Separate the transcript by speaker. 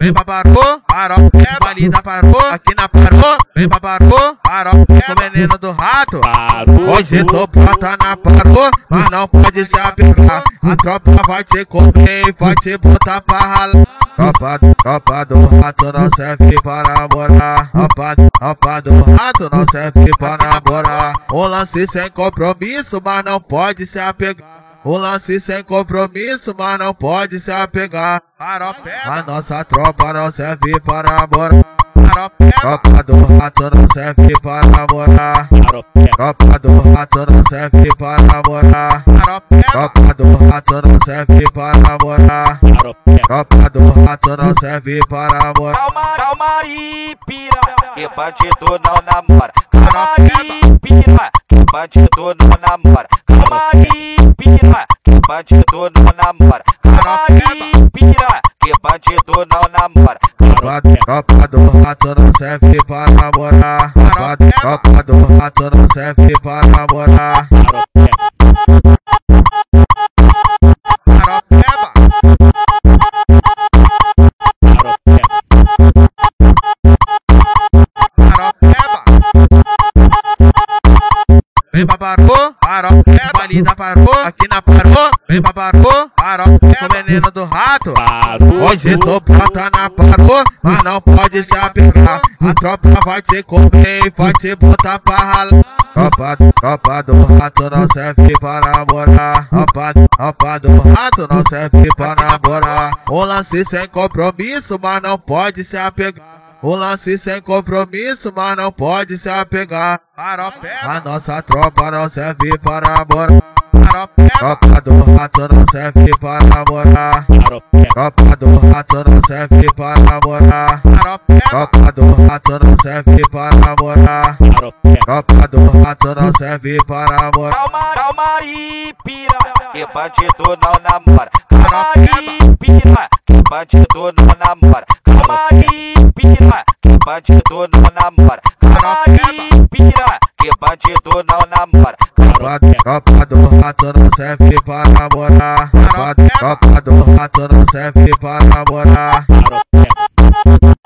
Speaker 1: vem pra parou, parou, é balida parou, aqui na parou, vem pra parou, parou, é veneno do rato.
Speaker 2: Parou,
Speaker 1: Hoje tô bota na parou, mas não pode se apegar. A tropa vai te comer e vai te botar pra ralar. Tropa, tropa do rato não serve para namorar. Tropa, tropa do rato não serve para namorar. Um lance sem compromisso, mas não pode se apegar. Um lance sem compromisso, mas não pode se apegar. Faropé, A nossa tropa não serve para namorar. Faropé, Tropa do rato não serve para namorar.
Speaker 2: parou.
Speaker 1: Tropa do rato não serve para namorar. Faropé, Tropa do rato não serve para namorar. Tropa do rato não serve para namorar.
Speaker 3: Calma, calma aí, pira, que bandido não namora. Calma aí, pira, que bandido não namora. Calma aí, pira, que bandido não namora. Calma aí, pira, que bandido não namora.
Speaker 1: Tropa, tropa do rato não serve para namorar. Tropa, tropa do rato não serve para namorar. Faropeba. Vem pra parou, parou, é balida parou, aqui na parou, vem pra parou, parou, é o veneno do rato. Hoje tô pronta na parou, mas não pode se apegar. A tropa vai te comer e vai te botar pra ralar. Tropa, tropa do rato não serve para namorar. Tropa, tropa do rato não serve para namorar. Um lance sem compromisso, mas não pode se apegar. Um lance sem compromisso, mas não pode se apegar. A nossa tropa não serve para namorar. Tropa do rato não serve para namorar. Tropa do rato não serve para namorar. Tropa do rato não serve para namorar. Tropa do rato não serve para namorar.
Speaker 3: Calma, calma aí, pira, que bandido não namora. Calma aí, pira, que bandido não namora. Calma aí, pira, que bandido não namora. Calma aí, pira, que bandido não namora.
Speaker 1: Tropa, tropa do rato não serve para namorar. Tropa, tropa do rato não serve para namorar.